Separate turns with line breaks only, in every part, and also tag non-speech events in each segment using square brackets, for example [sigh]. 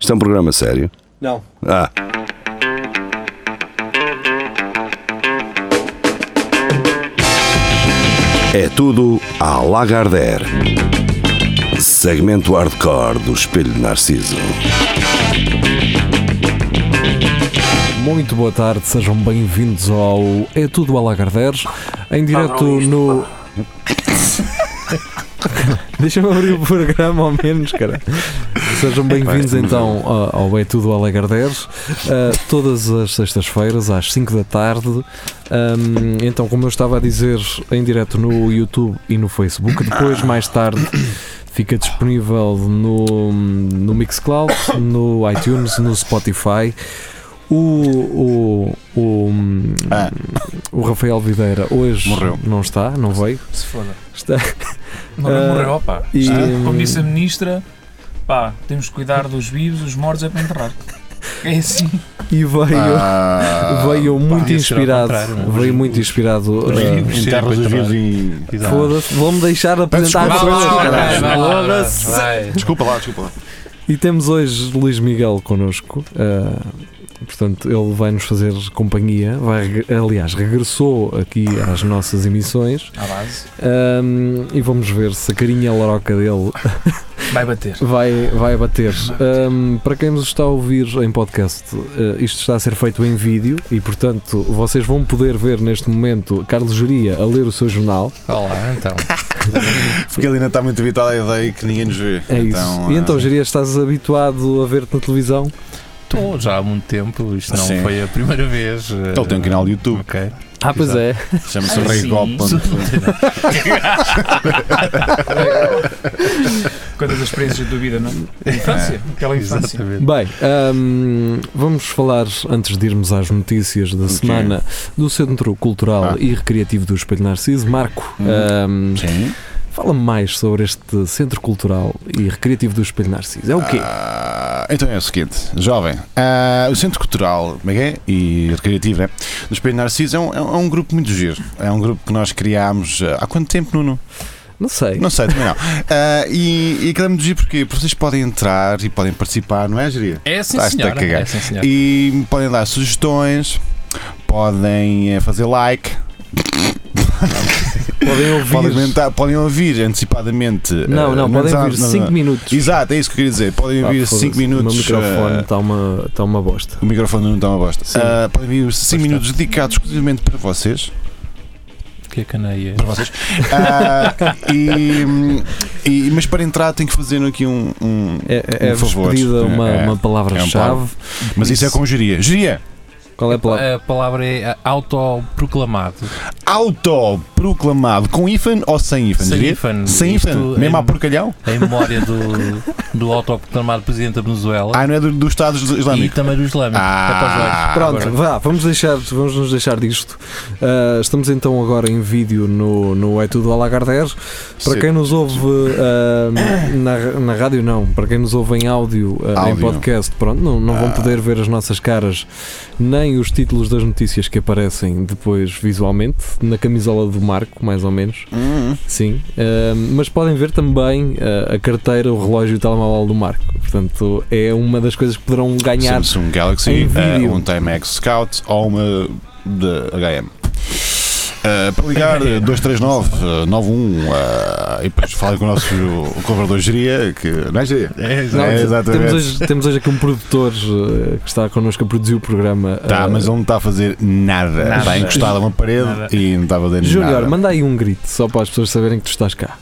Isto é um programa sério.
Não.
Ah, é tudo à Lagardère. Segmento hardcore do Espelho de Narciso.
Muito boa tarde, sejam bem-vindos ao É Tudo a Lagardère, em direto no. Deixa-me abrir o programa ao menos, cara. Sejam bem-vindos então a- ao É Tudo a Lagardère, ah, todas as sextas-feiras às 5 da tarde. Ahm, então, como eu estava a dizer, em direto no YouTube e no Facebook, depois mais tarde. Fica disponível no, no Mixcloud, no iTunes, no Spotify, o, o, o,
Ah.
o Rafael Videira hoje
Morreu.
não está, não veio.
Se foda.
Está,
Não
Ah,
morreu, pá.
e-
Isto, Como disse a ministra, pá, temos que cuidar dos vivos, os mortos é para enterrar. É assim.
e veio,
Ah,
veio muito
podia ser ao
inspirado.
contrário,
um
não é?
Veio muito inspirado.
Os
eh,
vivos.
Enterras É, os vivos em.
Foda-se, vão-me deixar apresentar
desculpa,
coisas,
vá lá,
Ah, caralho.
vai
Foda-se.
Desculpa lá, desculpa lá.
E temos hoje Luís Miguel connosco. ah, portanto, ele vai nos fazer companhia. Vai, reg- aliás, regressou aqui às nossas emissões.
À base.
Ahm, e vamos ver se a carinha laroca dele
Vai bater.
vai, vai bater. Ahm, para quem nos está a ouvir em podcast, eh, isto está a ser feito em vídeo e, portanto, vocês vão poder ver neste momento Carlos Juria a ler o seu jornal.
Olá, então.
[laughs] Porque ele ainda está muito vital a ideia que ninguém nos vê.
É isso. e
ah,
então, Juria, estás habituado a ver-te na televisão?
Estou já há muito tempo, isto não
Sim.
foi a primeira vez.
Ele tem um canal de YouTube,
Ok.
Ah, pois
Exato.
é.
chama-se
Ah,
Rei
sim.
Golpe.
Quantas experiências da vida, não é? Infância. Aquela infância.
Exatamente.
Bem, hum, vamos falar, antes de irmos às notícias da semana, do Centro Cultural
Ah.
e Recreativo do Espelho Narciso. Marco, hum,
Sim.
fala-me mais sobre este Centro Cultural e Recreativo do Espelho Narciso. É o quê?
Ah, então é o seguinte, jovem, ah, o Centro Cultural como é que é? e Recreativo né? do Espelho Narciso é um, é um- é um grupo muito giro. É um grupo que nós criámos ah, há quanto tempo, Nuno?
Não sei.
Não sei, também não. Ah, e, e aquilo é muito giro porque vocês podem entrar e podem participar, não é, Geria?
É
assim,
sim,
Estás-te a
senhora.
cagar.
É sim, senhora.
E podem dar sugestões, podem eh, fazer like,
Podem ouvir.
podem, comentar, podem ouvir antecipadamente.
Não,
eh,
não, podem
antes-
ouvir
não, não,
5
não.
minutos.
Exato, é isso que eu queria dizer. Podem
Ah,
ouvir
foda-se,
5
O
minutos.
meu microfone
eh,
está uma, tá uma bosta.
o microfone não está uma bosta.
Sim.
Ah, podem ouvir 5 minutos dedicados exclusivamente para vocês.
O que é caneia?
Para vocês. Ah, [laughs] e, e- mas para entrar tem que fazer aqui um. um-
É, é,
por favor.
despedida uma,
É,
uma palavra-chave.
mas isso é com geria. Geria!
Qual é a palavra?
A palavra é autoproclamado.
Autoproclamado. Com hífen ou sem hífen?
Sem
geria?
hífen.
Sem
Isto
é
hífen? Mesmo
em-
à
um-
porcalhão?
Em memória do, do autoproclamado presidente da Venezuela
Ah, não é do, do Estado
e
Islâmico?
também do Islâmico. É para os dois.
Ah,
Pronto,
agora-
vá, vamos, deixar, vamos nos deixar disto. Ah, estamos então agora em vídeo no, no É Tudo Alagarder. Para
Sim.
quem nos ouve ah, na, na rádio, não. Para quem nos ouve em áudio, ah, em
Áudio.
podcast, pronto, não, não vão
Ah.
poder ver as nossas caras nem os títulos das notícias que aparecem depois visualmente, na camisola do Marco, mais ou menos.
Hum,
Sim. Ah, mas podem ver também ah, a carteira, o relógio e o telemóvel do Marco. Portanto, é uma das coisas que poderão ganhar
Samsung um Galaxy,
em vídeo.
eh, um Timex Scout ou uma da HM. Eh, para ligar eh, 239 91 eh, e depois falar com o nosso cobrador Geria, que não é Geria?
É,
Não,
É,
t-
exatamente.
temos, hoje, temos hoje aqui um produtor eh, que está connosco a produzir o programa.
Tá,
eh,
mas ele não está a fazer nada.
Nada.
Está encostado a uma parede
Nada.
e não está a fazer
Júnior,
nada.
manda aí um grito só para as pessoas saberem que tu estás cá.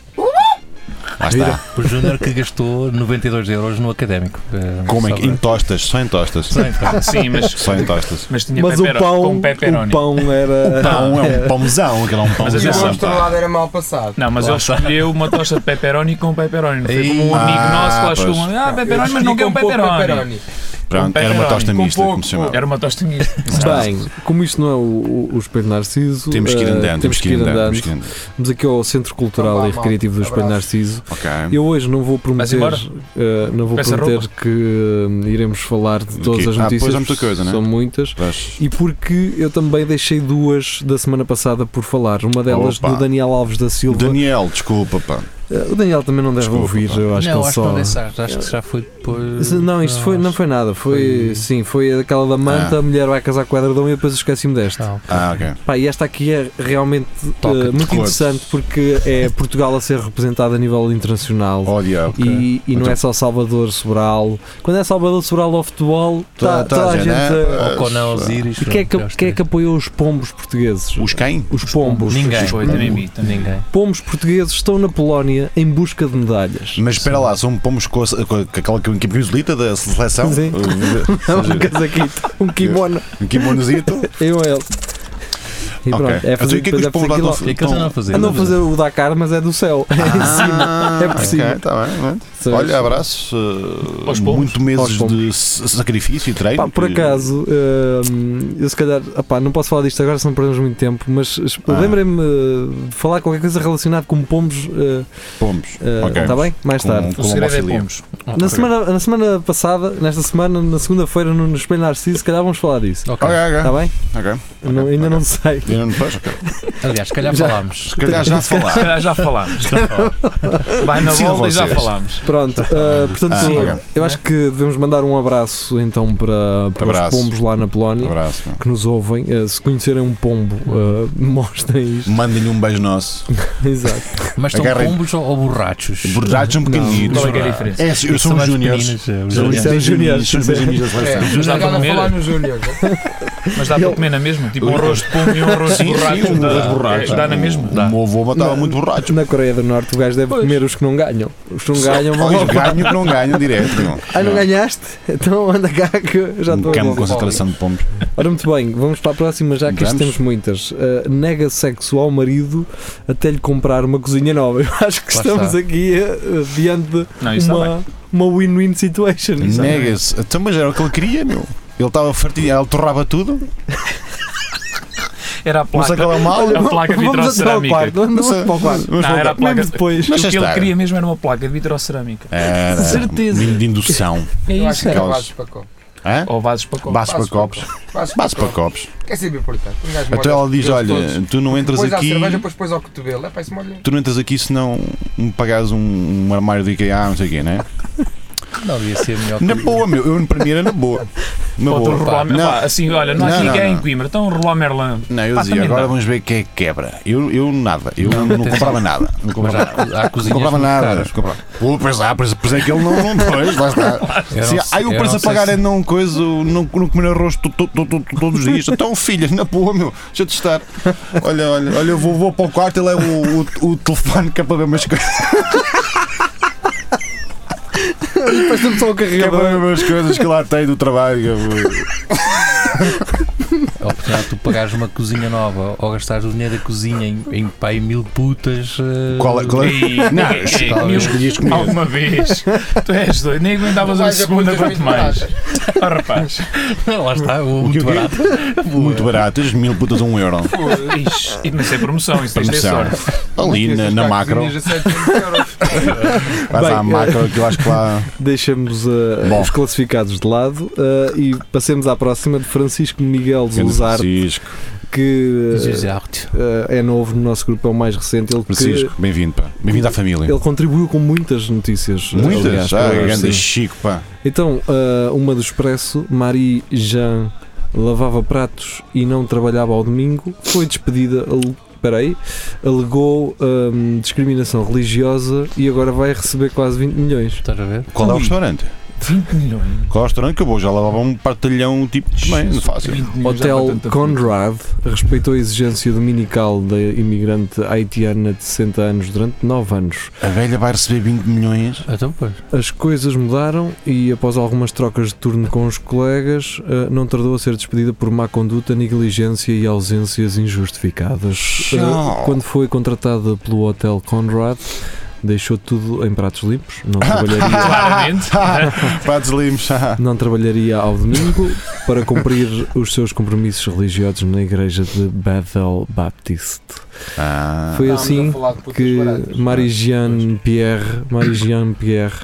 Lá
Vira.
está.
O Júnior que gastou 92 euros no académico. Eh,
Como é
só
que? Em tostas, só em tostas.
para- Sim, então.
Sim, mas,
Só em tostas.
mas tinha
mas o
pepperoni,
pão,
com um pepperoni.
o pão era.
[laughs] Pão é um pãozão, aquele é um
Mas
pãozão.
atenção.
pá.
era mal passado.
Não, mas ele escolheu uma tosta de pepperoni com pepperoni. Não Foi como um
Ah,
amigo nosso que lá
pois.
chegou. Ah, pepperoni, mas não quer um pepperoni.
Pronto, era uma tosta
Com
mista, como
pouco.
se chamava.
Era uma tosta mista.
Bem, como isto não é o, o, o Espelho Narciso,
Temos que ir
eh,
andando, temos que ir andando. Temos que ir andando.
Vamos aqui ao Centro Cultural
Então vá,
e Recreativo do
malta,
Espelho
abraço.
Narciso.
Ok.
Eu hoje não vou prometer,
embora?
eh, não vou
Peça
prometer que eh, iremos falar de
Do
todas
quê?
as
Ah, pois
notícias.
há muita coisa, né?
São muitas.
Vais-
E porque eu também deixei duas da semana passada por falar. Uma delas
Opa.
do Daniel Alves da Silva. Eh,
Daniel, desculpa, pá.
O Daniel também não deve
Desculpa,
ouvir,
pá.
eu acho
não,
que ele
acho
só.
que não deixaste, acho que já foi depois.
Se- Não, isto foi, não
acho-
foi nada. Foi,
foi-
sim, foi aquela da manta,
Ah.
a mulher vai casar com o Edredom e depois esqueci-me desta.
Não.
Ah, ok.
Pá, e esta aqui é realmente
Toca
eh,
de
muito
cor.
interessante porque é Portugal a ser representado a nível internacional.
Oh, diabo.
E, e não
Então-
é só Salvador Sobral. Quando é Salvador Sobral ao futebol, está
Toda- toda
a
a
gente. eh,
gente,
a-
né?
Ou Conan Osiris.
E quem é, que,
foi,
quem é que apoiou os pombos portugueses?
Os quem?
Os pombos.
Ninguém.
Foi, também vi, também vi.
Ninguém.
pombos portugueses estão na Polónia em busca de medalhas.
Mas espera lá, são pomos com, a- com aquela que que camisolita da seleção?
Sim. [laughs]
Uh,
[laughs] É
ou
um
seja,
casaquito, um kimono,
um kimonozito?
eu a ele. E
Ok.
pronto, é
Então, e
fazer,
o que é que os
depois é fazer
pombos lá
aquilo.
O que é que eles andam a fazer?
Andam a fazer o Dakar, mas é do céu. É em cima. [laughs] É por cima.
ok, tá bem, bem.
Sabes?
Olha, abraço. uh,
Aos pomos.
muito
Aos
meses
pomos.
de s- sacrifício e treino.
Pá, por
que-
acaso, hum, eu se calhar, opá, não posso falar disto agora, senão perdemos muito tempo, mas es-
Ah.
lembrem-me uh, de falar qualquer coisa relacionada com pombos, está
Pomos. Ok.
bem? Mais
Com-
tarde.
O segredo é
Colombofilia.
pomos.
Na semana, na semana passada, nesta semana, na segunda-feira, no, no Espelho Narciso, se calhar vamos falar disso.
Ok.
Ok,
Está
ok.
Tá bem?
ok.
Não- ainda
ok.
não sei.
Ainda não faz? Ok.
Aliás, se calhar
Já.
falámos.
Se calhar já
Se [laughs]
falar.
calhar já
[laughs]
falámos. Vai na
Decidam
volta e já
vocês.
falámos.
Pronto, uh, portanto,
Ah, ok.
eu acho que devemos mandar um abraço então para, para
Abraço.
os pombos lá na Polónia
abraço.
que nos ouvem. Uh, se conhecerem um pombo, uh, [laughs] mostrem isto.
Mandem-lhe um beijo nosso.
Exato.
Mas são
Agarrem-
pombos ou, ou borrachos?
Bordados são pequeninos.
Qual é que é a diferença?
um É, eu sou
São
um
mais
júnior. um
pequeninos, é, os
São
júnior.
os
Isso é júnior.
beijinhos são É. os beijinhos da seleção.
Mas dá para comer? Mas dá para comer na mesma? Tipo um arroz de pombo e um arroz de
Sim,
borracha.
sim, um
dá-
arroz de borracha.
é, Dá na mesma?
O
Dá.
meu avô matava
Não.
muito borracho.
Na Coreia do Norte, o gajo deve
Pois.
comer os que não ganham. Os que não ganham, vão
Olha,
logo.
ganho que não ganho direto.
Ah, não ganhaste? Então anda cá que eu já
Um
estou a
campo de
voltar.
concentração de pombos.
Ora, muito bem, vamos para a próxima, já que isto
Vamos.
temos muitas. Uh, nega sexo ao marido até lhe comprar uma cozinha nova. [laughs] Eu acho que
Lá
estamos
está.
aqui uh, diante de
Não, isso está bem.
uma, uma win-win situation.
Nega-se. Então, mas era o que ele queria, meu. Ele estava fartinho, ele torrava tudo.
Era a
Não sei
placa.
qual é o mal.
A placa
vamos até ao
vitrocerâmica.
quarto. Vamos
Não sei.
para o quarto.
Mas
Não, era a
volta-
placa.
Mesmo depois.
O que
Deixa
ele
estar.
queria mesmo era uma placa de vitrocerâmica.
Era
Certeza.
menino de indução.
É
Eu
isso.
acho que era
aquelas-
vasos para copos.
Hã?
Ou vasos para comprar.
Baço para copos.
Vasos
Baço para copos.
Quer saber portanto? Um gajo molha
Até Então ela
os
diz:
cotovelos
Olha,
todos,
tu não entras
Depois à
aqui.
cerveja, depois pões ao cotovelo. É pá, isso molha.
Tu não entras aqui se não me pagares um, um armário de IKEA, não sei o quê, né?
Não devia ser
[laughs]
melhor
Na
que-
boa, meu. Eu, para mim, era na boa. Na
Ou
boa.
outro Roló-
Não.
pá, assim, olha, não há
Não,
aqui
não,
ninguém em
não.
Coimbra, então um Roló Merlin.
Não, eu
Pá,
dizia,
também
agora
dá.
vamos ver quem é que quebra. Eu, eu nada, eu não,
atenção.
comprava nada. Não
Mas
comprava nada.
há, há
Não
cozinhas.
comprava
muito
nada.
caras.
não comprava. Pô, pois lá, pois, pois é que ele não, não pois, lá está.
Eu não
Se,
sei-
aí o
eu
preço
não
a
sei
pagar
um se-
é não coisa, não, não comer arroz to- to- to- to- todos os dias. Então, filha, na boa, meu, deixa de estar. Olha, olha, olha, eu vou, vou para o quarto e levo o, o, o telefone que é para ver umas coisas.
Depois temos só o
Que é para ver
carregador.
umas coisas que lá tem do trabalho. que é eu vou-
A oportunidade de tu pagares uma cozinha nova ou gastares o dinheiro da cozinha em, em, pá, em mil putas. eh,
Qual é- qual é-
Ei,
Não,
ei,
escolhi-
mil-
escolhi as comidas.
Alguma vez. Tu és doido, nem aguentavas uma
Vais a
segunda,
comer
quanto mais.
batatas.
Oh, rapaz.
[laughs] Lá está, o
que
muito
eu quero?
barato.
Muito baratas, mil putas, um euro.
Ixi, mas é promoção, isso tens de ter
Promoção.
sorte.
Ali na,
Essas
na
pá,
macro.
cozinhas a 700 euros.
Vais
Bem,
à macro que eu acho que lá.
Deixamos uh,
Bom.
os classificados de lado uh, e passemos à próxima de Francisco Miguel de
Grande
Luzar,
Francisco,
que
é
uh,
Exato.
uh, é novo no nosso grupo, é o mais recente. Ele, que-
Francisco, bem-vindo, pá. Bem-vindo à família.
ele contribuiu com muitas notícias. uh,
Muitas,
aliás,
já,
para-
grande
sim.
Chico, pá.
Então, uh, uma do Expresso, Marie Jean lavava pratos e não trabalhava ao domingo, foi despedida, al- peraí, alegou hum, discriminação religiosa e agora vai receber quase 20 milhões.
Estás a ver?
Qual é o
Ui.
restaurante?
20 milhões.
Qual é o restaurante que eu vou? Já lavava um partilhão tipo também, não fácil.
20 milhões dá para
Hotel
tanta coisa.
Conrad respeitou a exigência dominical da imigrante haitiana de 60 anos durante 9 anos.
A velha vai receber 20 milhões.
Então, pois.
As coisas mudaram e, após algumas trocas de turno com os colegas, eh, não tardou a ser despedida por má conduta, negligência e ausências injustificadas. Eh,
Tchau.
Quando foi contratada pelo Hotel Conrad, deixou tudo em pratos limpos,
[laughs]
não trabalharia,
Claramente.
Pratos limpos. ah.
não trabalharia ao domingo para cumprir os seus compromissos religiosos na igreja de Bethel Baptist.
[laughs] Ah.
Foi
Estávamos
assim
a falar de putas
que
baratas.
Marie-Jeanne Pierre, Marie-Jeanne Pierre,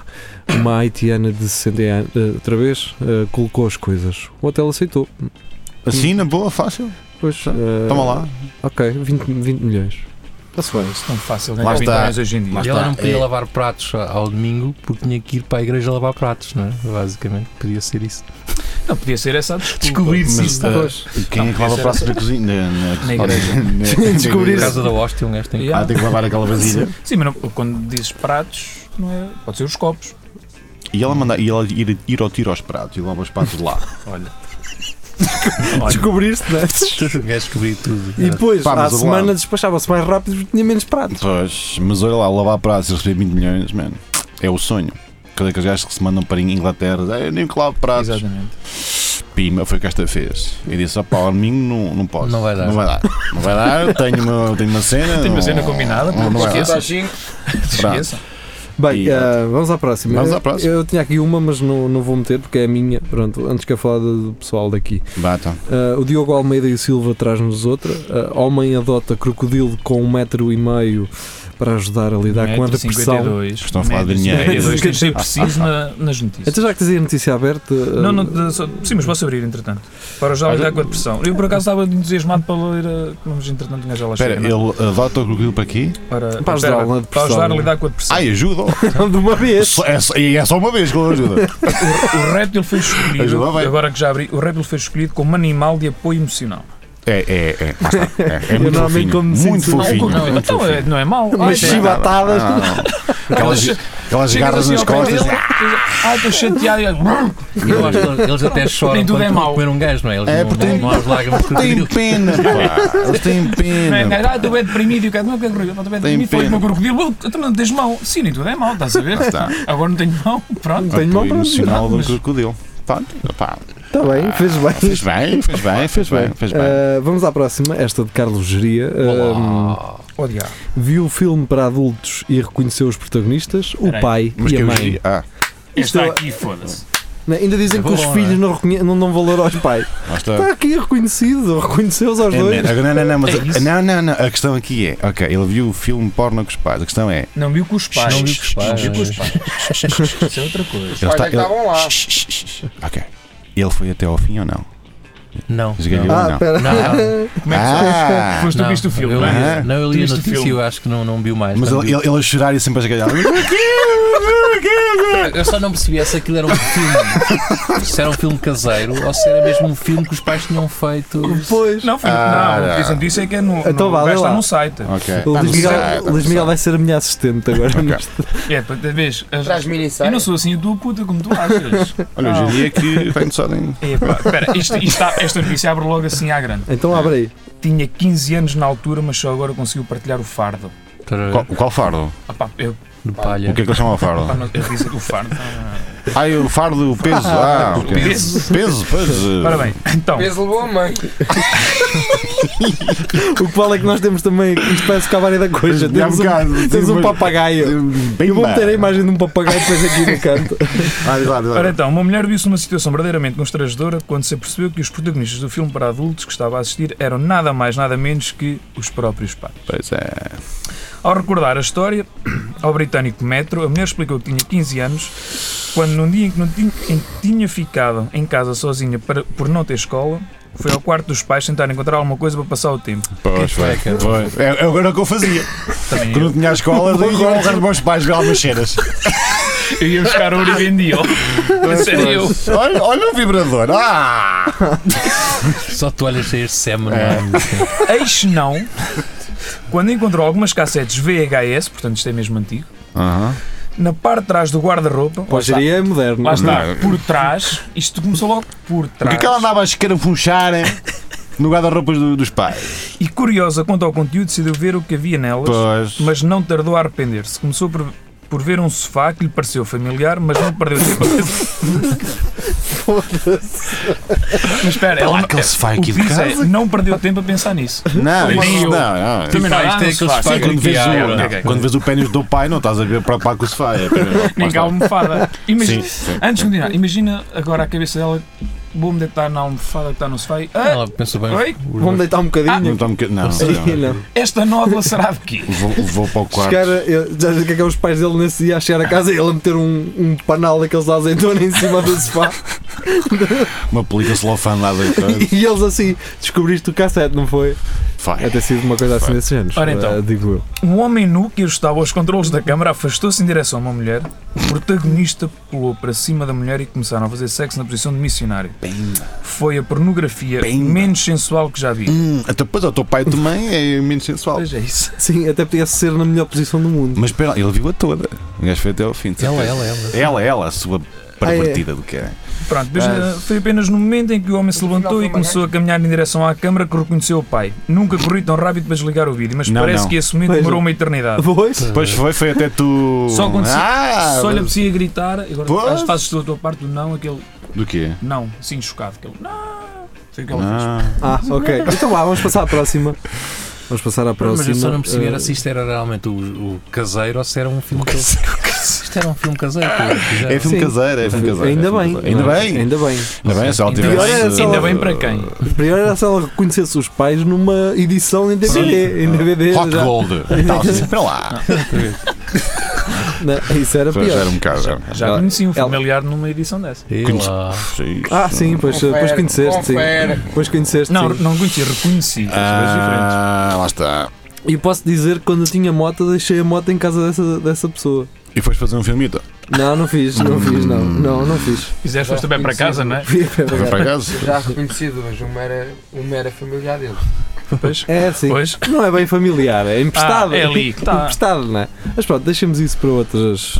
uma haitiana de 60 anos, eh, outra vez, eh, colocou as coisas. O hotel aceitou.
Assim, na boa, fácil.
Pois, eh,
Toma lá.
Ok, 20, 20 milhões.
Está-se bem, isso é tão fácil
Lá
ganhar
está.
20 milhões hoje em dia.
Lá
Ele
está,
não podia
é-
lavar pratos ao domingo porque tinha que ir para a igreja lavar pratos, não é? Basicamente, podia ser isso.
Não, podia ser essa a desculpa.
Descobrir-se
mas,
isso
eh,
depois.
Quem é que lava pratos na cozinha? Na, na,
Na igreja.
[laughs] na-
Por
na-
causa da hóstia, um gajo tem que.
Yeah.
Ah, tem que lavar aquela vasilha.
Sim, mas não- quando dizes pratos, não é? Pode ser os copos.
E ela, manda, e ela ir, ir ao tiro aos pratos e lava os pratos de lá.
Olha. Olha.
Descobriste, não é?
[laughs] Um gajo descobrir tudo.
E depois,
Pá,
à
mas vamos lá.
semana despachava-se mais rápido porque tinha menos pratos.
Pois, mas olha lá, lavar pratos e receber 20 milhões, mano. É o sonho. Cada que os gajos que se mandam para a Inglaterra, "Ah, eu nem que lavo pratos.
Exatamente.
Pima, foi o que esta fez. E disse: opá, ao domingo não, não posso.
Não vai dar.
Não vai dar. Não vai dar, tenho uma, tenho uma cena.
Tenho uma cena
não-
combinada,
Oh. Não, não é.
pá,
vai dar.
esquece.
Está 5.
Esqueça.
Bem,
E-
ah, vamos à próxima.
Vamos à
Eu-
próxima.
Eu, tinha aqui uma, mas não, não vou meter porque é a minha. Pronto, antes que eu falar do pessoal daqui.
Bata.
Ah, o Diogo Almeida e o Silva traz-nos outra. Ah, homem adota crocodilo com um metro e meio para ajudar a lidar com a depressão.
52,
Estão a falar de dinheiro.
Tem que ser preciso na- nas notícias.
Então já que tens aí a notícia aberta. ah,
Não, não, de- só- sim, mas posso abrir entretanto. Para já lidar com a depressão. Eu por acaso estava entusiasmado para ler. uh, Mas entretanto, um gajo já lá
Espera,
chega.
ele
não?
adota o crocodilo para aqui?
Para,
Para ajudar
espera,
na
para
depressão.
ajudar a lidar com a depressão.
Ai, ajuda!
[laughs] de uma vez.
Só- é só- E é só uma vez que ele ajuda.
O réptil
[laughs]
foi escolhido,
Ajuda bem.
agora que já abri, o réptil foi escolhido como animal de apoio emocional.
É, é, é. lá está. É, é
Eu
muito
normalmente
fofinho.
como me sinto
Muito
mal,
fofinho.
Não,
muito
então é,
fofinho.
não é mau.
Mas
Ai,
sim, batadas.
Não, não, não. Aquelas, aquelas
chegas
garras
assim
nas
ao pé
costas.
dele, dizes, Ah, estou chateado. e ele,
Eu acho que eles até
[laughs]
choram
Nem tudo
quando
é
estão a
mau.
comer um gajo, não é? Eles
É,
não,
porque
não,
tem-
não há as lágrimas de
Tem
crocodilo.
pena, pá. Eles têm
Não é,
pena.
cara, ah, estou bem deprimido. E o cara, não, que é horrível, estou bem
Tem
deprimido. Foi
pena.
o meu crocodilo. Eu, Também não tens mão. Sim, nem tudo é mau, estás a ver?
está.
Agora não tenho mão. Pronto.
Tenho mal
Apoio
para
emocional do
mas-
crocodilo. Pronto, pá.
Está Tá bem, fez bem.
Fez bem, fez bem, fez bem, fez bem.
Ah, vamos à próxima, esta de Carlos Geria. Ah,
Olá.
Odiar.
viu o filme para adultos e reconheceu os protagonistas, o
Peraí,
pai
Mas
e
que
a
eu
mãe.
diria. Ah,
Está
Isto-
aqui, foda-se.
Não, Ainda dizem
É
que
bom,
os
não é?
filhos não, reconhe- não dão valor aos pais.
lá
Está
está.
aqui reconhecido, reconheceu-os aos
É,
dois.
Não, não, não, não, mas
É isso.
não, não, não, a questão aqui é, ok, ele viu o filme porno com os pais, a questão é,
Não viu com os pais.
Não viu com os pais.
Não viu com os pais. Isso é outra coisa.
ele
Olha, estavam lá.
ok, ele foi até ao fim ou não?
Não.
Esgalhou.
Ah,
não.
espera.
Não,
Como é que
Ah!
foste tu
não.
viste o filme,
Eu,
não é?
é?
não, eu
Tu
li a
viste o
notícia e
filme?
eu acho que não, não viu mais.
[laughs] Mas
não
ele,
viu.
ele, ele a chorar e sempre a esgalhar.
Eu só não percebia se aquilo era um filme. se era um filme caseiro ou se era mesmo um filme que os pais tinham feito.
Pois.
Não, filho,
Ah,
não. O que dizem
não.
disso é que é no.
Então
no,
vá, lê
vai estar
lá.
no site.
ok.
Então, O Luís Miguel, Luís Miguel vai ser a minha assistente agora.
tá Ok.
neste-
É, para vez.
Traz
as-
mini
Eu não sou assim do puta como tu [laughs] achas.
Olha, hoje em dia é que tenho só em...
Epá, Espera, isto, isto está- esta notícia abre logo assim à grande.
Então abre aí.
Tinha 15 anos na altura, mas só agora conseguiu partilhar o fardo.
Qual, qual fardo?
Ah, pá, eu,
De palha.
O que é que eles chamam de
pá,
fardo?
não- eu disse o fardo. ah,
Ah, o fardo, o peso. Ah, ok.
Peso.
Peso, peso.
Ora bem, então,
Peso levou a mãe.
O que vale é que nós temos também. Isto parece o cabaré da coisa.
Mas, há
Temos um,
bocado,
temos um
mas-
papagaio.
Bem
Eu vou meter a
bem.
imagem de um papagaio depois aqui no canto.
Ah, exato, exato.
Ora então, uma mulher viu-se numa situação verdadeiramente constrangedora quando se apercebeu que os protagonistas do filme para adultos que estava a assistir eram nada mais nada menos que os próprios pais.
Pois é.
Ao recordar a história [clears throat] ao britânico Metro, a mulher explicou que tinha 15 anos quando, num dia em que, não tinha, em que tinha ficado em casa sozinha para- por não ter escola, foi ao quarto dos pais tentar encontrar alguma coisa para passar o tempo.
Pois foi. Pois. É, agora o que eu fazia.
Também
Quando eu tinha a escola, eu ia ao lugar dos meus pais ver algumas cenas.
eu, eu ia buscar ouro e vendia-o. Sério, eu.
Olha, olha o vibrador. Ah!
Só toalhas cheias de sema, não é?
Eis não, quando encontrou algumas cassetes VHS, portanto isto é mesmo antigo,
Aham.
na parte de trás do guarda-roupa, lá
Pois
está,
seria é moderno.
lá está,
Não.
por trás, isto começou logo por
Porque
trás.
é que ela andava a escarafunchar hein, no guarda-roupas do- dos pais?
E curiosa quanto ao conteúdo, decidiu ver o que havia nelas,
Pois.
mas não tardou a arrepender-se. Começou por, por ver um sofá que lhe pareceu familiar, mas não perdeu tempo a pensar. Mas espera,
Olha
ela
lá
não-
aquele sofá
o
aqui
que
de
diz
casa.
é, não perdeu tempo a pensar nisso.
Não,
Nem
isso
eu.
não, não.
Também não,
Pá,
ah,
isto é
um
aqueles
sofá,
sofás
sim,
que
Quando vês,
há,
o,
não é?
não, quando vês o pênis do pai, não estás a ver para pá com o sofá. É, [laughs]
Nem cá a almofada. Imagina,
Sim, sim.
Antes de continuar, imagina agora a cabeça dela, vou-me deitar na almofada que está no sofá e. Ah,
Ela pensou bem.
oi,
Vamos deitar um
não,
bocadinho.
está um bocadinho- não,
Sim,
não.
não.
esta nódoa será de quê?
Vou, vou para o
Os
quarto.
cara- eu- já sei o que é que é os pais dele nesse dia a chegar a casa e ele a meter um, um panal daqueles de azeitona em cima do sofá.
Uma película celofane lá [laughs] dentro.
E eles assim, descobriste o cassete, não foi? É
Vai.
ter sido uma coisa assim desse género.
Ora então.
eh, digo eu.
Um homem nu que ajustava os controles da câmara afastou-se em direção a uma mulher. O protagonista pulou para cima da mulher e começaram a fazer sexo na posição de missionário. Foi a pornografia
Pimba.
menos sensual que já vi.
Hum, até depois o teu pai também é menos sensual.
Pois é isso.
Sim, até podia ser na melhor posição do mundo.
Mas espera, lá, ele viu-a toda. O gajo foi até ao fim. de
Ela,
certeza.
ela, ela.
Ela, ela, a sua pervertida do que é.
Pronto, depois,
Ah.
eh, foi apenas no momento em que o homem se levantou e começou a caminhar em direção à câmara que reconheceu o pai. Nunca corri tão rápido para desligar o vídeo, mas
Não,
parece
não.
que esse momento
Pois.
demorou uma eternidade.
Pois?
Pois foi, foi até tu.
Só quando se-
ah,
Só olha para si a gritar, agora
Pois.
faz- fazes tu a tua parte do não, aquele
Do quê?
não, sim, chocado, aquele não. Foi o que ela fez.
Ah,
Ah,
[laughs]
ok. Então vá, vamos passar à próxima. Vamos passar à próxima.
Mas eu só não percebi
eh,
era assim. se isto era realmente o, o caseiro ou se era um filme caseiro. Isto era um filme caseiro. que eles fizeram.
é filme
Sim.
caseiro, é filme caseiro. é
Ainda
filme
bem.
caseiro. Ainda bem.
Ainda bem.
Ainda bem, se ela
Ainda
tivesse,
bem-
eh,
ainda bem para quem?
O Primeiro era se ela reconhecesse os pais numa edição em DVD. Em DVD
Rock
já.
Gold. Tal, assim, Espera lá.
Não, isso era
Foi já era
pior.
um bocado. já.
Já
Ela-
conheci um
ela-
familiar numa edição dessa.
E
Conhece-
lá.
Sim.
Ah, sim, pois, depois
Confere,
conheceste. Sim.
confere.
Depois conheceste.
Não,
sim.
não conheci, reconheci. que são coisas diferentes.
Ah, lá está.
E posso dizer que quando eu tinha moto, deixei a moto em casa dessa, dessa pessoa.
E foste fazer um filmito?
Não, não fiz, não fiz, não.
Hum.
Não, não fiz.
Fizeste foste também para casa, não é?
Foi para casa?
Eu Já reconhecido, mas uma era, uma era familiar dele.
[laughs]
Pois.
É assim.
Pois.
Não é bem familiar, é emprestado.
Ah, é ali que está.
Emprestado, não é? Mas pronto, deixemos isso para outras,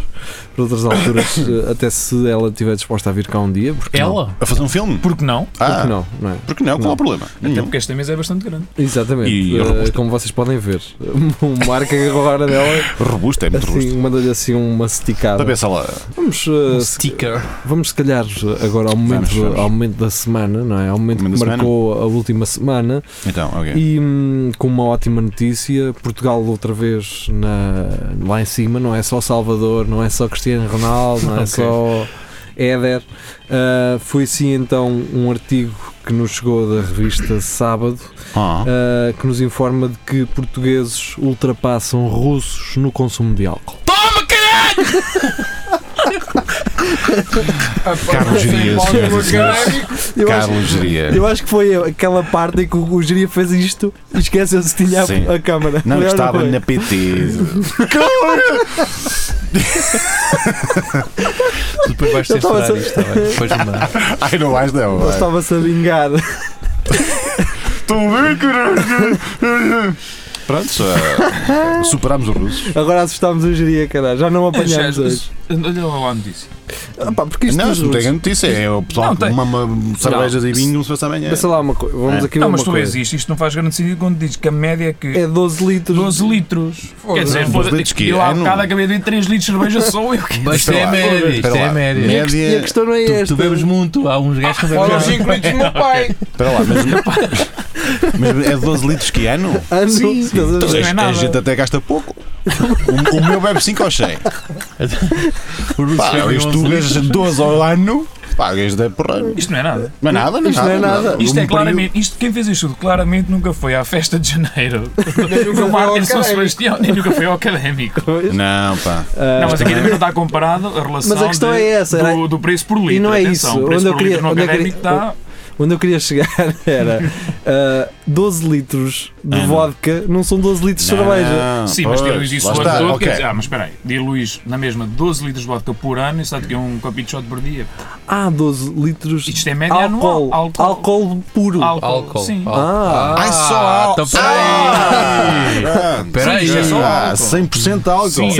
para outras
[coughs]
alturas, eh, até se ela estiver disposta a vir cá um dia. Porque Não?
Ela?
A fazer um filme?
Porque não?
Porque
Ah,
não, não Então, é?
porque não? Qual é o problema?
Até
Nenhum.
porque esta mesa é bastante grande.
Exatamente.
E
Eh,
robusta.
como vocês podem ver, [laughs] o Marco agora dela
Robusto, é muito robusto. Então,
assim, manda-lhe assim uma
Está a
esticada.
ver se ela.
Vamos, eh, se-
Sticker.
Vamos, se calhar, agora ao momento,
vamos.
Ao momento da semana, não é? Ao momento
Momento
que
da
marcou a última semana
Então, ok.
e hum, com uma ótima notícia: Portugal, outra vez na- lá em cima, não é só Salvador, não é só Cristiano Ronaldo, não é
[laughs]
Ok.
só Éder. Ah, foi sim então um artigo que nos chegou da revista Sábado
Ah,
ah, que nos informa de que portugueses ultrapassam russos no consumo de álcool.
Carlos Dias, sim,
Eu acho-
Carlos Geria.
Eu acho que foi aquela parte em que o Geria fez isto e esqueceu-se que tinha
Sim.
a, a câmara.
Não,
Melhor
estava
foi.
na PT.
Depois vais
Eu
ter
estava a
estudar isto, tá bem? Depois manda.
Ai, não vais não.
Ele
vai.
estava-se a vingar.
Estão a ver, caralho? Pronto, já superámos os russos.
Agora assustámos o Geria, caralho. Já não o apanhámos hoje.
[laughs] Olha lá a notícia.
Ah, pá, porque isto
não,
dos
isso não tem
russos-
notícia. É o pessoal
Não,
que
tem.
mama cervejas e vinho, não se passa amanhã.
Pensa lá uma coisa. Vamos
É.
aqui ver
Não, mas
uma
tu
coisa.
existe. Isto não faz grande sentido quando diz que a média é que
É 12 litros.
12 litros. Quer dizer,
Doze
foda-
litros que
eu há
é, não-
bocado acabei de ver 3 litros de cerveja só eu.
Mas isto é
lá,
média, isto
espera
é
lá.
média.
E a
Média.
questão não é
Tu,
esta.
tu bebes muito, há uns gajos que não
Olha os
bebem.
5 litros do meu pai.
Espera lá,
[laughs]
mas. Mas é 12 litros que ano?
Ano,
Sim.
estás a
Então,
ver?
Sim.
a,
não é
a
nada.
gente até gasta pouco. O, o meu bebe 5 ou 100.
Os russos
Pá,
bebem
os
11 litros.
tugas 12 ao ano. Pá, gajo deve porra.
Isto não é nada.
Mas nada, não
Isto não é nada.
Isto é
Um período-
claramente, isto, quem fez isto claramente nunca foi à festa de janeiro.
Nem nunca
Nunca
foi
foi
ao
Martin São
académico.
Sebastião, nem nunca foi ao académico.
É.
Pois.
Não, pá.
Ah,
Não, mas aqui também não está comparado a relação
Mas a questão
de-
é essa, era-
do, do preço por litro.
não é
Atenção,
isso.
O preço
Onde eu
por
queria-
litro no
onde eu queria-
académico está.
Onde eu queria chegar [laughs] era ah, 12 litros de
Ah, não.
vodka, não são 12 litros de cerveja.
Não,
Sim, mas
Ah, pois,
diluís isso o
lá
ano
está,
todo.
ok.
quer dizer, Ah, mas espera aí, diluís na mesma 12 litros de vodka por ano e sabe que é um copinho de shot por dia.
Ah, 12 litros de
Isto é média
álcool.
anual. Álcool.
Álcool puro.
Álcool.
Sim.
álcool.
Ah.
Ai, só álcool.
Então peraí. Peraí.
Sim, isto é só
Ah,
álcool.
100% álcool.
Sim,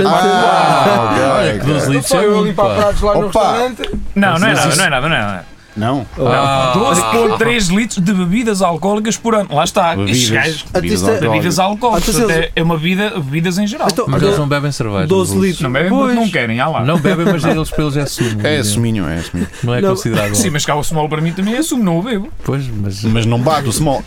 ah,
Olha,
ok,
que
ok.
12
Eu
litros
só
é
eu a
muito,
limpar
pá.
pratos lá no
Opa.
restaurante.
Não, não é
Mas
nada,
isso-
não é nada, não é nada.
Não.
Ah,
12,3 litros de bebidas alcoólicas por ano. Lá está. Estes gajos.
Bebidas
Até-
Bebidas
alcoólicas.
alcoólicas.
Então, se
portanto,
eles-
É é uma vida, bebidas em geral.
Então,
Mas eles
do-
não bebem cerveja.
12
os russos.
litros.
é Não bebem
Pois.
porque não querem, há lá.
Não bebem, mas eles pelos é sumo.
É suminho, é suminho.
Não é
Não.
considerado.
Sim, mas cá o small para mim também é sumo, não o bebo.
Pois, mas.
Mas não bate o [laughs] small.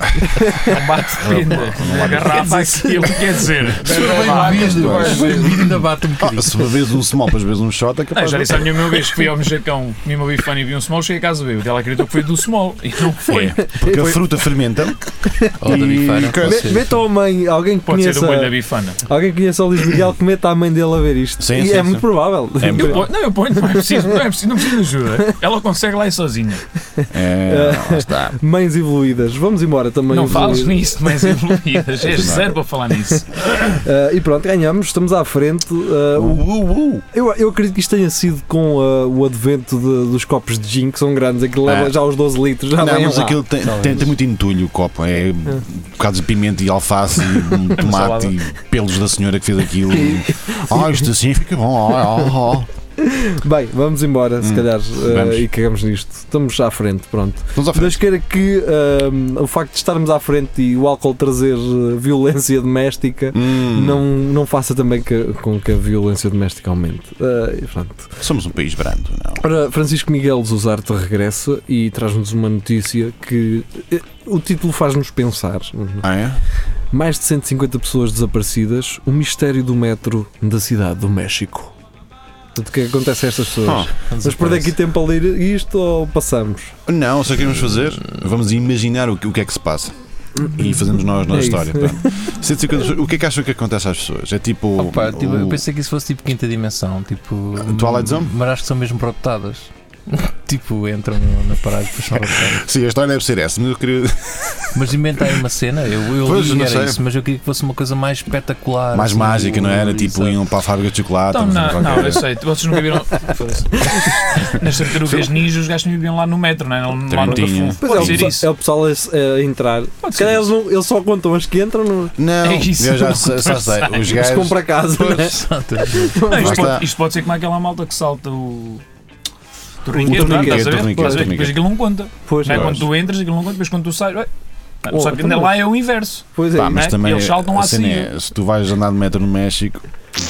Não bate de pena. A garrafa aquilo quer dizer.
Mas
Bebe
bem ainda bate um bocadinho.
Ah, se bebes um small, depois bebes um shot, é
Ah,
capaz
já
de.
disse a minha uma vez que fui ao mexercão, comi uma bifana e vi um small, cheguei a casa bebo. dúvida, ela acreditou que foi do small. E não foi.
Porque a fruta fermenta.
Ou da
E-
bifana.
que-
pode
Me-
ser.
Meta a mãe, alguém que
Pode ser
conheça.
do molho da bifana.
Alguém que conheça o Luís Miguel que meta a mãe dele a ver isto.
Sim,
e
sim,
é
sim.
muito provável.
É muito
Eu ponho- não, eu ponho, não é preciso, não é preciso, não preciso de ajuda. Ela consegue lá ir sozinha.
É, lá está.
Mães evoluídas. Vamos embora também.
não fales
evoluídas.
nisso, mas evoluídas. És zero para falar nisso.
Ah, e pronto, ganhamos, estamos à frente. Ah, o-
Uh, uh, uh.
eu, eu acredito que isto tenha sido com ah, o advento de- dos copos de gin, que são grandes, aquilo leva
Ah.
já os 12 litros. Já
Não,
vem
mas
lá.
aquilo tem,
Talvez.
tem, tem muito entulho o copo. É bocados de pimenta e
[laughs]
alface e um tomate
salada.
e pelos da senhora que fez aquilo. Ah, isto assim fica bom. Ah, ah, ah.
Bem, vamos embora, se
Hum,
calhar, ah,
vamos.
e cagamos nisto. Estamos à frente, pronto.
Vamos à frente.
Deus queira que ah, o facto de estarmos à frente e o álcool trazer ah, violência doméstica
Hum,
não, não faça também que- com que a violência doméstica aumente. Ah, e pronto.
Somos um país brando, não.
Ora, Francisco Miguel Zuzarte regressa e traz-nos uma notícia que eh, o título faz-nos pensar.
Ah, é?
Mais de 150 pessoas desaparecidas, o mistério do metro da cidade do México. Portanto, O que acontece a estas pessoas?
Ah,
Vamos perder aqui tempo a ler isto ou passamos?
Oh, Não, só queremos fazer. Vamos imaginar o que, o que é que se passa. E fazemos nós na
É isso.
história. pronto. 150 pessoas. O que é que acham que acontece às pessoas? É tipo.
Opa, tipo,
o-
eu pensei que isso fosse tipo quinta dimensão, tipo.
Twilight Zone?
Mas acho que são mesmo proptadas. [laughs] tipo, entram no- na parada e depois
[laughs]
são raptadas.
Sim, a história deve ser essa, mas eu
Ah,
queria.
Mas inventei uma cena, eu, eu
Pois,
li
não
era
sei.
isso, mas eu queria que fosse uma coisa mais espetacular.
mais
assim,
mágica, não era?
exato.
Tipo, iam para a fábrica de chocolate.
Então,
ou
não,
qualquer
não, eu
coisa.
sei. Vocês nunca viram. Foda-se. Nas tartarugas ninja, os gajos viviam lá no metro, não é? Lá no
Também tinha.
Cafufo.
Pois é,
Pode
o
ser
pessoal-
isso.
é o pessoal a, a entrar.
Pode
Se
ser
calhar
isso.
eles, não- eles só contam as que entram, não,
Não,
É isso,
eu já
não
sei, só sei. Os
se
gajos. [laughs]
compra a casa. né?
Exato.
Não,
Lá
isto,
está.
pode, isto pode ser como aquela malta que salta o.
O
Torniquete, não é?
torniquete,
Estás a ver?
torniquete,
Estás a ver? Depois
torniquete.
aquilo não conta.
Pois,
Não é?
Pois.
Quando tu entras, aquilo não conta, depois quando tu sais. ué.
Oh,
Só que
então
ainda lá é o inverso.
pois é.
Pá, mas
né?
também
Eles saltam
a
lá
cena
acima.
é, se tu vais andar de metro no México,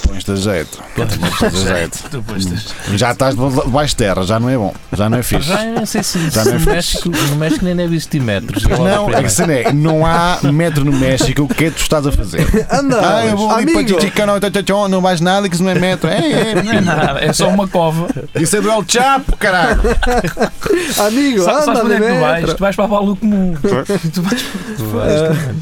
pões-te a jeito. Pões-te a jeito.
[laughs] Tu, pois, tens-
[laughs] Já estás debaixo de terra, já não é bom, já não é fixe.
Já eu não sei se,
Já
se
não é
no,
fixe.
México, no México nem deve existir metros.
Mas Não, a cena é, não há metro no México, o que é que tu estás a fazer?
Anda,
[laughs] Ah, eu vou ali para
amigo.
Chichicano, tchau, tchau, tchau, não vais nada, que isso não é metro. É,
Não é nada, é só uma
[laughs]
cova.
é, isso é do El Chapo, caralho.
Amigo,
Sa-
anda,
Sabes onde é que tu vais?
dentro.
Tu vais para a Valo
[laughs]
Comum. Tu vais
Ah,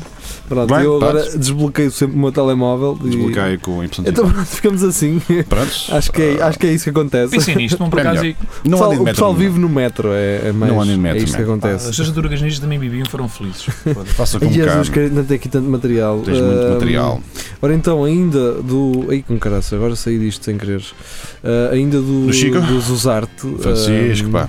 Pronto,
Bem,
eu agora
pronto.
desbloqueei sempre o meu telemóvel. e-
Desbloqueio com a impressão de
Então pronto, ficamos assim.
Prontos?
acho, que é, acho que é isso que acontece.
Pensem nisto, vão por
É
acaso
melhor.
aí.
O
Não
pessoal,
andem de
o pessoal
metro.
vive no metro, é, é mais.
Não andem de
é
metro, Ah,
isto que
mesmo.
As
acontece.
pessoas de Turgas Ninjas também viviam foram felizes. Foda-se.
Faça como
Jesus,
cá.
querido, não tem aqui tanto material.
Tens muito
Ah,
material.
Ora então, ainda do. Ai com caraça, agora saí disto sem querer. Ah, ainda do,
Do Chico?
Zuzarte.
Francisco,
ah,
pá.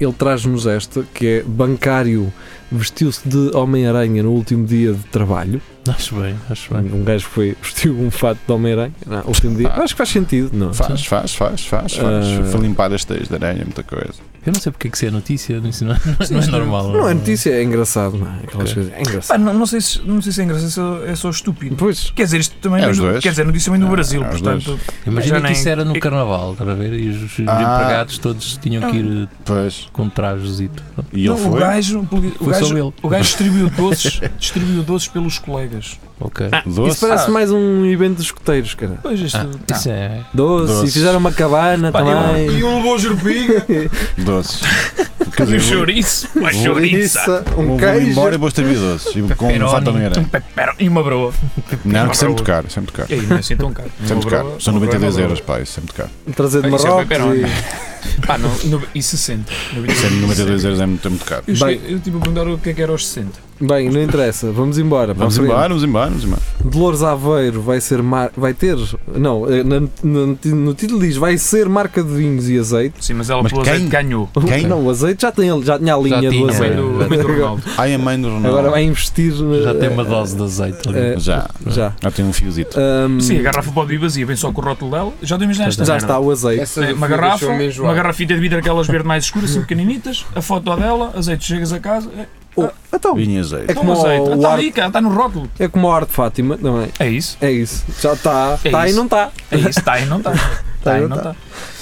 Ele traz-nos esta, que é bancário vestiu-se de Homem-Aranha no último dia de trabalho.
[laughs] Acho bem, acho bem.
Um gajo que foi, [laughs] vestiu um fato de Homem-Aranha no último dia.
Ah.
Acho que faz sentido, não?
Faz, faz, faz,
Ah.
faz, faz. Foi limpar as teias de aranha, muita coisa.
Eu não sei porque é que isso é notícia, isso não, não é normal.
Não é notícia, é engraçado, não é? Aquelas coisas. É engraçado.
Pá, não, não sei se, não sei se é engraçado, se é- é só estúpido.
Pois,
Quer dizer, isto também
É,
vem
os
do-
dois.
quer dizer, notícia também do
É,
Brasil,
é, os
portanto.
Imagina
Já
que
nem-
isso era no carnaval, estás a ver? E os, os
Ah.
empregados todos tinham que ir
Pois.
com um trajosito.
E ele
não, o
foi.
gajo, o
Foi só
gajo,
ele.
o gajo distribuiu doces, distribuiu doces pelos colegas.
Ok.
Ah.
Doce.
isso parece mais um evento dos escoteiros, cara.
Pois isto. não.
Isso é.
Doce,
Doce.
e fizeram uma cabana
Pá,
também.
E um levou
[laughs]
a jurupiga.
[laughs]
Doce.
E
Um
Um
o chouriço, uma chouriça.
Chouriça, um
vou
queijo.
embora e vou estar doce. E com um
Pepperoni.
fato não
Um pepperoni e uma broa.
Não, que sempre caro, sempre caro.
E aí, não é assim tão caro. Uma
Sempre
broa-
caro. São
uma broa é uma
92
broa.
euros, pá, isso é muito caro.
Trazer de
Ah, isso é
Marrocos.
pepperoni.
e-
Pá, não, no- e 60.
[laughs] Sempre 92 euros é muito, é muito caro.
Eu,
Bem-
cheguei, eu tive a perguntar o que é que era aos 60.
Bem, não interessa, vamos embora. para
Vamos
a frente.
embora, vamos embora, vamos embora.
Dolores Aveiro vai ser mar... vai ter não eh, na- na- no título diz vai ser marca de vinhos e azeite
Sim, mas ela
Mas
pelo
quem? É.
azeite ganhou.
Quem?
não o azeite já tem ele já tinha a linha
tinha,
do
A mãe
azeite
do, a mãe do
[laughs]
Ronaldo.
Ai, a mãe do Ronaldo.
agora vai investir na-
Já tem uma dose de azeite ali.
eh,
Já,
já
já tem um fiozito.
Ahm,
Sim, a garrafa pode vir vazia, vem só com o rótulo dela. Já deu nesta
já
merda.
está o azeite
É, uma garrafa, uma garrafita de vidro aquelas verde mais escuras, assim pequeninitas, a foto dela, azeite, chegas a casa, é,
Oh, então
Vinho e azeite.
É
toma
como
azeite,
o
Ah, está
ar-
ali, cara, está no rótulo.
é como a arte de Fátima não é
É isso,
é isso já está está e
isso.
não está
é isso, está e não está. Está e não está.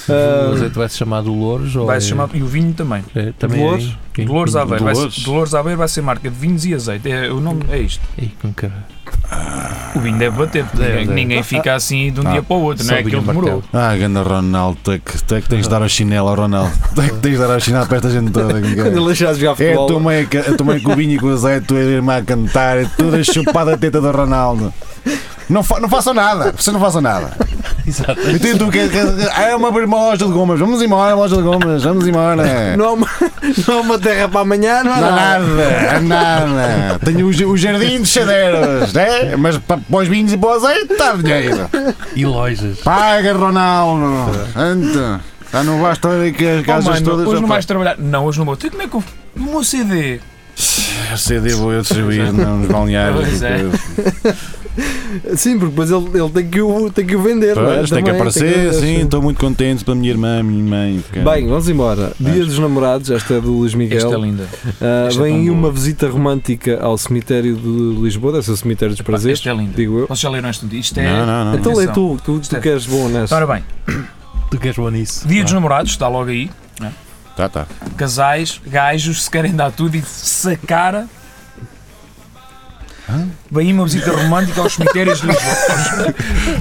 o
Ahm,
azeite vai se é chamar Dolores ou.
Vai se Ah, chamar, e o vinho também.
É, também
Dolores?
É, é,
Dolores ah, Aveiro, vai
Dolores.
ser, Dolores Aveiro vai ser marca de vinhos e azeite, é, o nome é isto.
Ei, com caralho.
O vinho deve bater, porque
Deve,
ninguém,
deve.
ninguém fica assim de um
Ah,
dia para o outro,
só
não é?
vinho
Aquilo demorou.
martelo.
Ah, ganda Ronaldo, tu é que, tu é que tens de dar a chinela ao [laughs] Ronaldo. Tu é que tens de dar a chinela para esta gente toda. que
Quando ele deixasse jogar
É a tua
futebol,
mãe, a ca- a tua mãe com o vinho e com o azeite, tua irmã a cantar, é toda chupada a teta do Ronaldo. Não, fa não façam nada, vocês não façam nada. [laughs]
Exato.
E tu, tu, que, que, ah, é uma, uma loja de gomas, vamos embora, loja de gomas, vamos embora.
não há uma, [laughs] não há uma terra para amanhã, não há
Não há
nada.
nada, nada. Tenho o, ja- o jardim de chadeiras, né? mas para, para os vinhos e para o azeite está dinheiro.
E lojas.
Paga, Ronaldo. Anda. Já não vais ter que as
Oh,
casas
mano,
todas.
hoje não
opa.
vais trabalhar. Não, hoje não vou. Tu como é que eu. O meu CD.
A CD vou eu distribuir nos balneários.
Pois é.
porque-
Sim, porque depois ele, ele tem, que o, tem que o vender. não é?
Pois, tem que
Também,
aparecer,
tem que-
sim, então, estou muito contente pela minha irmã, minha mãe. porque-
Bem, vamos embora. Dia dos Namorados, esta é do Luís
Esta é
Miguel.
linda.
Ah,
esta é
vem
tão
aí
boa.
uma visita romântica ao cemitério de Lisboa, deve ser o cemitério dos prazeres,
Esta é linda.
digo eu.
Vocês já leram este Isto é.
Não, não, não.
Então lê
atenção.
tu, tu,
é
tu que és bom nessa.
Ora bem,
Tu que és bom nisso.
dia dos namorados, está logo aí.
Tá, tá.
Casais, gajos, se querem dar tudo e sacar. Vem uma visita romântica aos cemitérios de
[laughs]
Lisboa.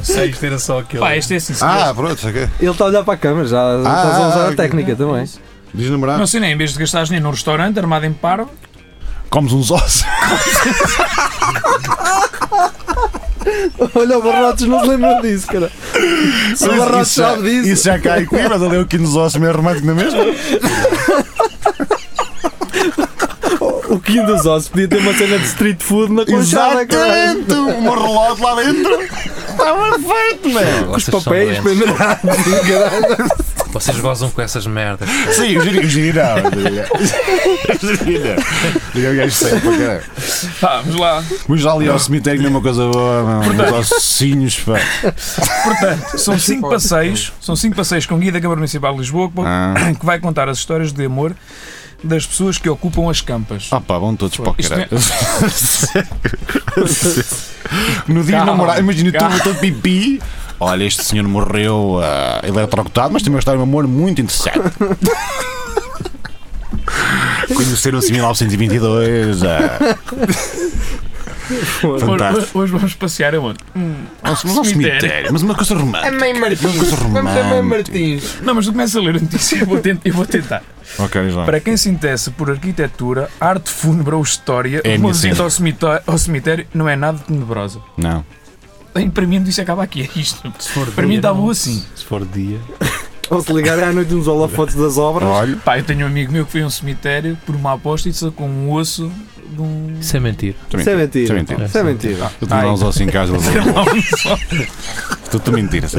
Sei, isto era só aquele.
Pá, este é assim.
Ah, pronto, saquei.
Ele está a olhar para a câmera, já já
Ah,
estás a usar a
ok. é
técnica também.
Diz namorado.
Não sei nem, em vez de gastares dinheiro num restaurante armado em paro,
Comes uns ossos.
[laughs] Olha, o Barrotes não se lembra disso, cara. O Barrotes sabe disso.
Isso já cai com mas ali o que nos ossos meio romântico na mesma.
O Kim dos Ossos podia ter uma cena de street food na conchada, cara.
Exatamente! Um relógio lá dentro. Está perfeito, meu.
Com os papéis pendurados.
Vocês gozam com essas merdas.
Sim, o giri, o giri não. O giri não. Diga o gajo sério, pá, caralho.
pá, vamos lá.
Mas já ali ao cemitério não é uma coisa boa, não. Uns ossinhos, pá.
Portanto, são cinco passeios, são cinco passeios com guia da Câmara Municipal de Lisboa que-
Ah.
[coughs] que vai contar as histórias de amor das pessoas que ocupam as campas.
Ah pá, vão todos para o
Isto é-
caralho.
[laughs]
no dia
Calma,
namorado, imagina tu
calma.
no teu pipi. Olha, este senhor morreu ah, eletrocutado, mas tem uma história de um amor
[laughs]
muito interessante. Conheceram-se em 1922. ah,
Hoje- Hoje,
fantástico.
hoje vamos passear aonde?
Mas um
Cemitério.
cemitério, mas uma coisa
É
A
romântica.
mãe Martins. Vamos a mãe Martins.
Não, mas tu começas a ler a notícia eu vou tent- eu vou tentar.
Ok, diz lá.
Para quem se interessa por arquitetura, arte fúnebre ou história,
É a
uma
minha
visita
cena.
ao cemitério, ao cemitério não é nada tenebrosa.
Não.
E para mim, isso acaba aqui. É isto.
Se for
Para mim
dia,
está
não-
bom assim.
Se for dia.
Ou se ligarem à noite uns holofotes das obras.
Olha,
Pá, eu tenho um amigo meu que foi a um cemitério por uma aposta e sacou um osso de um.
Isso é mentira.
Isso é mentira.
Isso é mentira.
Isso é mentira.
Eu tenho lá uns ossos em casa. eu
[laughs]
vou- Tu, tu mentiras.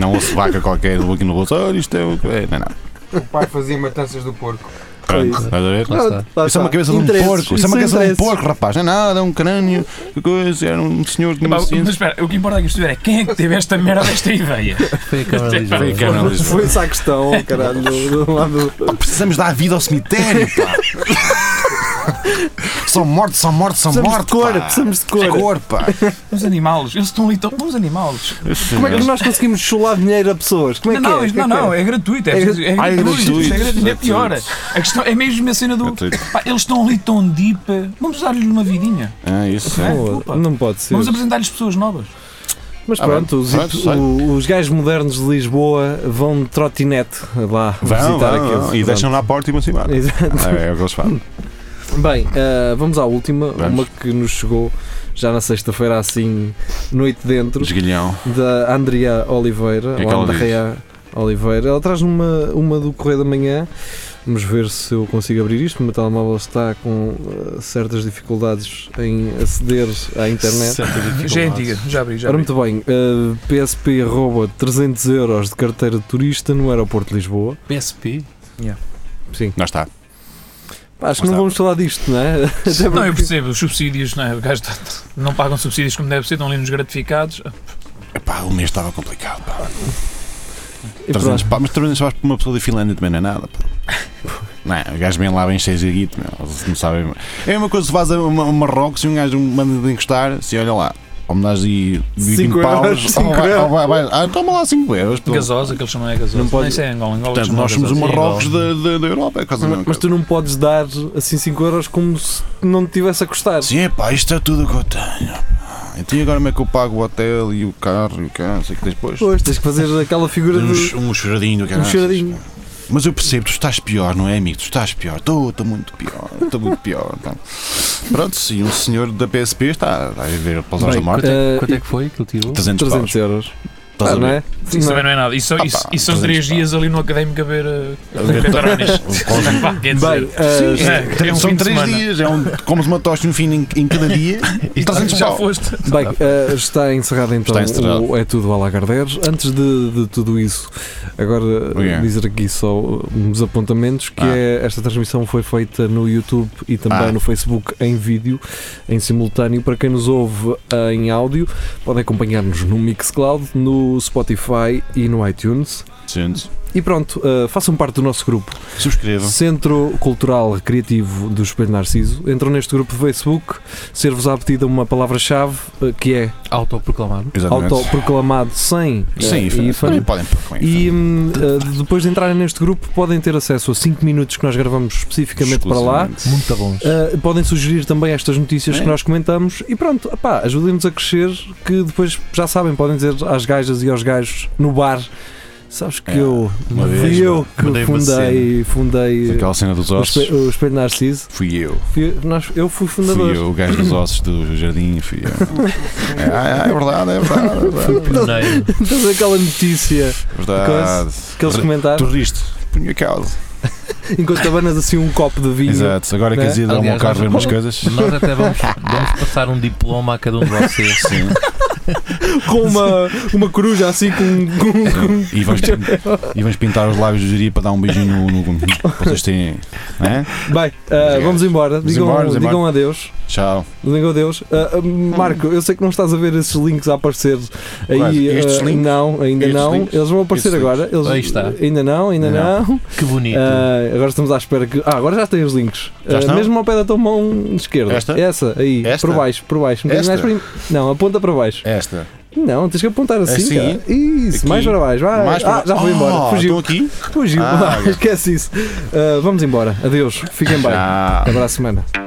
Não ouço vaca qualquer, vou aqui no bolso. Olha, isto é. o que é, Não, não.
O pai fazia matanças do porco.
Pronto, estás a ver?
Lá
Pronto,
está.
lá
Isso é
está.
uma cabeça de um
tá. Interesses.
porco. Isso é uma cabeça de um
interesses.
porco, rapaz. Não é nada, é um crânio. que Coisa, era um senhor que
Epá,
tinha
mas
ciência.
espera, o que importa aqui estiver é quem é que teve esta merda,
[laughs]
esta ideia.
Foi a Câmara de Lisboa.
Foi a
Câmara de
Foi essa a questão,
[laughs]
caralho, do, do lado.
Pá, Precisamos dar vida ao cemitério, pá. São mortos, são mortos, são
Precisamos
mortos.
de cor,
pá.
precisamos de
De
cor.
cor, pá.
Os animais, eles estão ali tão bons animais.
Como é que nós conseguimos chular dinheiro a pessoas? Como é que
não, não,
é?
isto-
Como é
não,
que é?
não, é gratuito. É,
É
preciso- é
Ah, é
gratuito.
gratuito,
isto é gratuito, é
gratuito.
pior. A questão é mesmo a cena do.
Gratuito.
Pá, eles estão ali tão deep. Vamos dar-lhes uma vidinha.
Ah, isso.
é-
Pô, Não pode ser.
Vamos apresentar-lhes pessoas novas.
Mas
Ah,
pronto,
bem.
os,
Pronto,
o-
sei.
os gajos modernos de Lisboa vão de trotinete lá
Vão,
visitar
vão,
aqueles.
vão. E deixam lá a porta e vão-se embora.
Exato.
Ah, É, o que
[laughs]
eles falam.
Bem, ah, vamos à última,
Vamos.
uma que nos chegou já na sexta-feira, assim, noite dentro,
Esguilhão.
da Andrea Oliveira,
que é que
ou
ela
Andrea Oliveira. Ela traz uma, uma do Correio da Manhã. Vamos ver se eu consigo abrir isto. O meu telemóvel está com ah, certas dificuldades em aceder à internet.
Certa dificuldade.
Já é antiga, já abri, já
Ora,
abri.
muito bem, ah, PSP rouba 300 euros de carteira de turista no aeroporto de Lisboa.
PSP.
Sim.
Lá está.
Pá, Acho que não
Mas tá.
vamos falar disto, não é? [laughs] Até
Não,
[laughs]
eu
porque-
percebo, os subsídios, não é? O gajo está- não pagam subsídios como deve ser, estão ali nos gratificados.
Epá, o mês estava complicado, pá.
e
300
pronto.
pá, mas 300 paus para uma pessoa da Finlândia também não é nada. Pá.
[laughs]
Não, o gajo vem lá, vem cheio de guito, meu, eles não sabem. É a mesma coisa se faz a Ma- Marrocos e um gajo manda de encostar, se olha lá. homenagem de
5
20 paus.
euros, 5
Oh, vai-
euros.
oh, vai- vai- ah, toma lá 5 euros. pô.
Gasosa, que eles chamam é gasosa.
Não
Não
pode-
pode... Isso é Angola. Angola
Portanto,
chamam
nós somos o
gasosa.
Marrocos da, da, da Europa. É quase a mesma
Mas
coisa.
tu não podes dar assim 5 euros como se não te tivesse a custar.
Sim, pá, isto é tudo o que eu tenho. pá. Então e agora como é que eu pago o hotel e o carro e o carro, não sei o que depois.
Pois, tens que fazer aquela figura
Um,
de.
ch- um choradinho,
Um
caralho.
cheiradinho.
Mas eu percebo, tu estás pior, não é, amigo? Tu estás pior. Estou, estou muito pior. Estou muito pior. pá. Pronto, sim, um senhor da PSP está a viver pelas horas da
Bem, quanto,
morte.
morte.
é, quanto é que foi que
[laughs]
ele tirou?
300 paus.
300 euros.
Estás a
não
ver?
é?
Isso
Não é?
também não é nada. Isso,
Ah,
isso,
pá,
isso são 3
300 pá.
dias ali no académico a ver. Uh,
A ver então,
pepperonis.
Pepperonis.
Pá, quer
Bem,
dizer,
ah,
Sim. É, tem um
São
fim de
3
semana.
dias, é um, comes uma tosta e um fim em, em cada dia.
[laughs] e tu
300
já
pau.
foste.
Bem, eh, está encerrado então
Está encerrado.
o É Tudo Alagardeiro. Antes de, de tudo isso, agora
O quê?
dizer aqui só uns apontamentos, que
Ah.
é esta transmissão foi feita no YouTube e também
Ah.
no Facebook em vídeo, em simultâneo. Para quem nos ouve eh, em áudio, podem acompanhar-nos no Mixcloud, no Spotify e no iTunes.
Gente,
E pronto, eh, façam parte do nosso grupo
Subscrevam.
Centro Cultural Recreativo do Espelho Narciso. Entram neste grupo de Facebook, ser-vos-á pedida uma palavra-chave eh, que é
Autoproclamado.
Exatamente.
autoproclamado sem eh,
Sim, e
hífen.
também podem pôr com
E
hífen.
hum, eh, depois de entrarem neste grupo, podem ter acesso a 5 minutos que nós gravamos especificamente para lá.
Exclusivamente.
Muito bom.
Eh, podem sugerir também estas notícias
É.
que nós comentamos e pronto, opá, ajudem-nos a crescer. Que depois já sabem, podem dizer às gajas e aos gajos no bar: Sabes que
É,
eu,
uma
fui
vez,
eu
mano,
que
mandei uma
fundei, fundei eh,
Aquela cena dos
o,
ossos.
Espe- o Espelho Narciso.
Fui eu.
Fui- nós- eu fui
Fui
fundador.
eu, o gajo dos ossos do jardim. Fui eu.
[laughs]
É, é, é verdade, é verdade. É verdade. É
Pioneiro.
Então, [laughs] aquela notícia
verdade.
que eles comentaram,
Tu riste. Por minha causa.
enquanto abanas assim um copo de vinho.
Exato. Agora
Né?
queres ir ao meu
Aliás,
carro ver
nós-
umas coisas?
Nós até vamos, vamos passar um diploma a cada um de vocês.
Sim.
com uma, uma coruja assim com, com,
E vamos, e vamos pintar os lábios do Jiri para dar um beijinho no. no
[laughs]
para vocês têm. Né?
com- Bem, ah, vamos embora.
Vamos
Digam,
embora, vamos
digam
embora.
adeus.
Tchau.
Digam adeus. Ah, ah, Marco, eu sei que não estás a ver esses links a aparecer aí.
Quais? Estes
ah,
links?
Não, ainda
Estes
não.
links?
Eles vão aparecer
Estes
agora. Eles,
Aí está.
Ainda não, ainda
Ainda
não.
Que bonito.
Ah, agora estamos à espera que. Ah, agora já tem os links.
Já
Ah,
estão?
mesmo ao pé da tua mão esquerda.
Esta?
Essa, aí.
Esta?
Por baixo, por baixo. Um
Esta?
bocadinho mais para mim. Não, aponta para baixo.
Esta.
Não, tens que apontar assim.
Assim?
cara. Isso,
Aqui.
mais para baixo. Vai.
Mais para
ah, já foi
Oh,
embora. Fugiu.
Estão aqui?
Fugiu,
Ah,
[laughs] esquece isso. Ah, vamos embora. Adeus. Fiquem bem.
Tchau.
Até para a semana.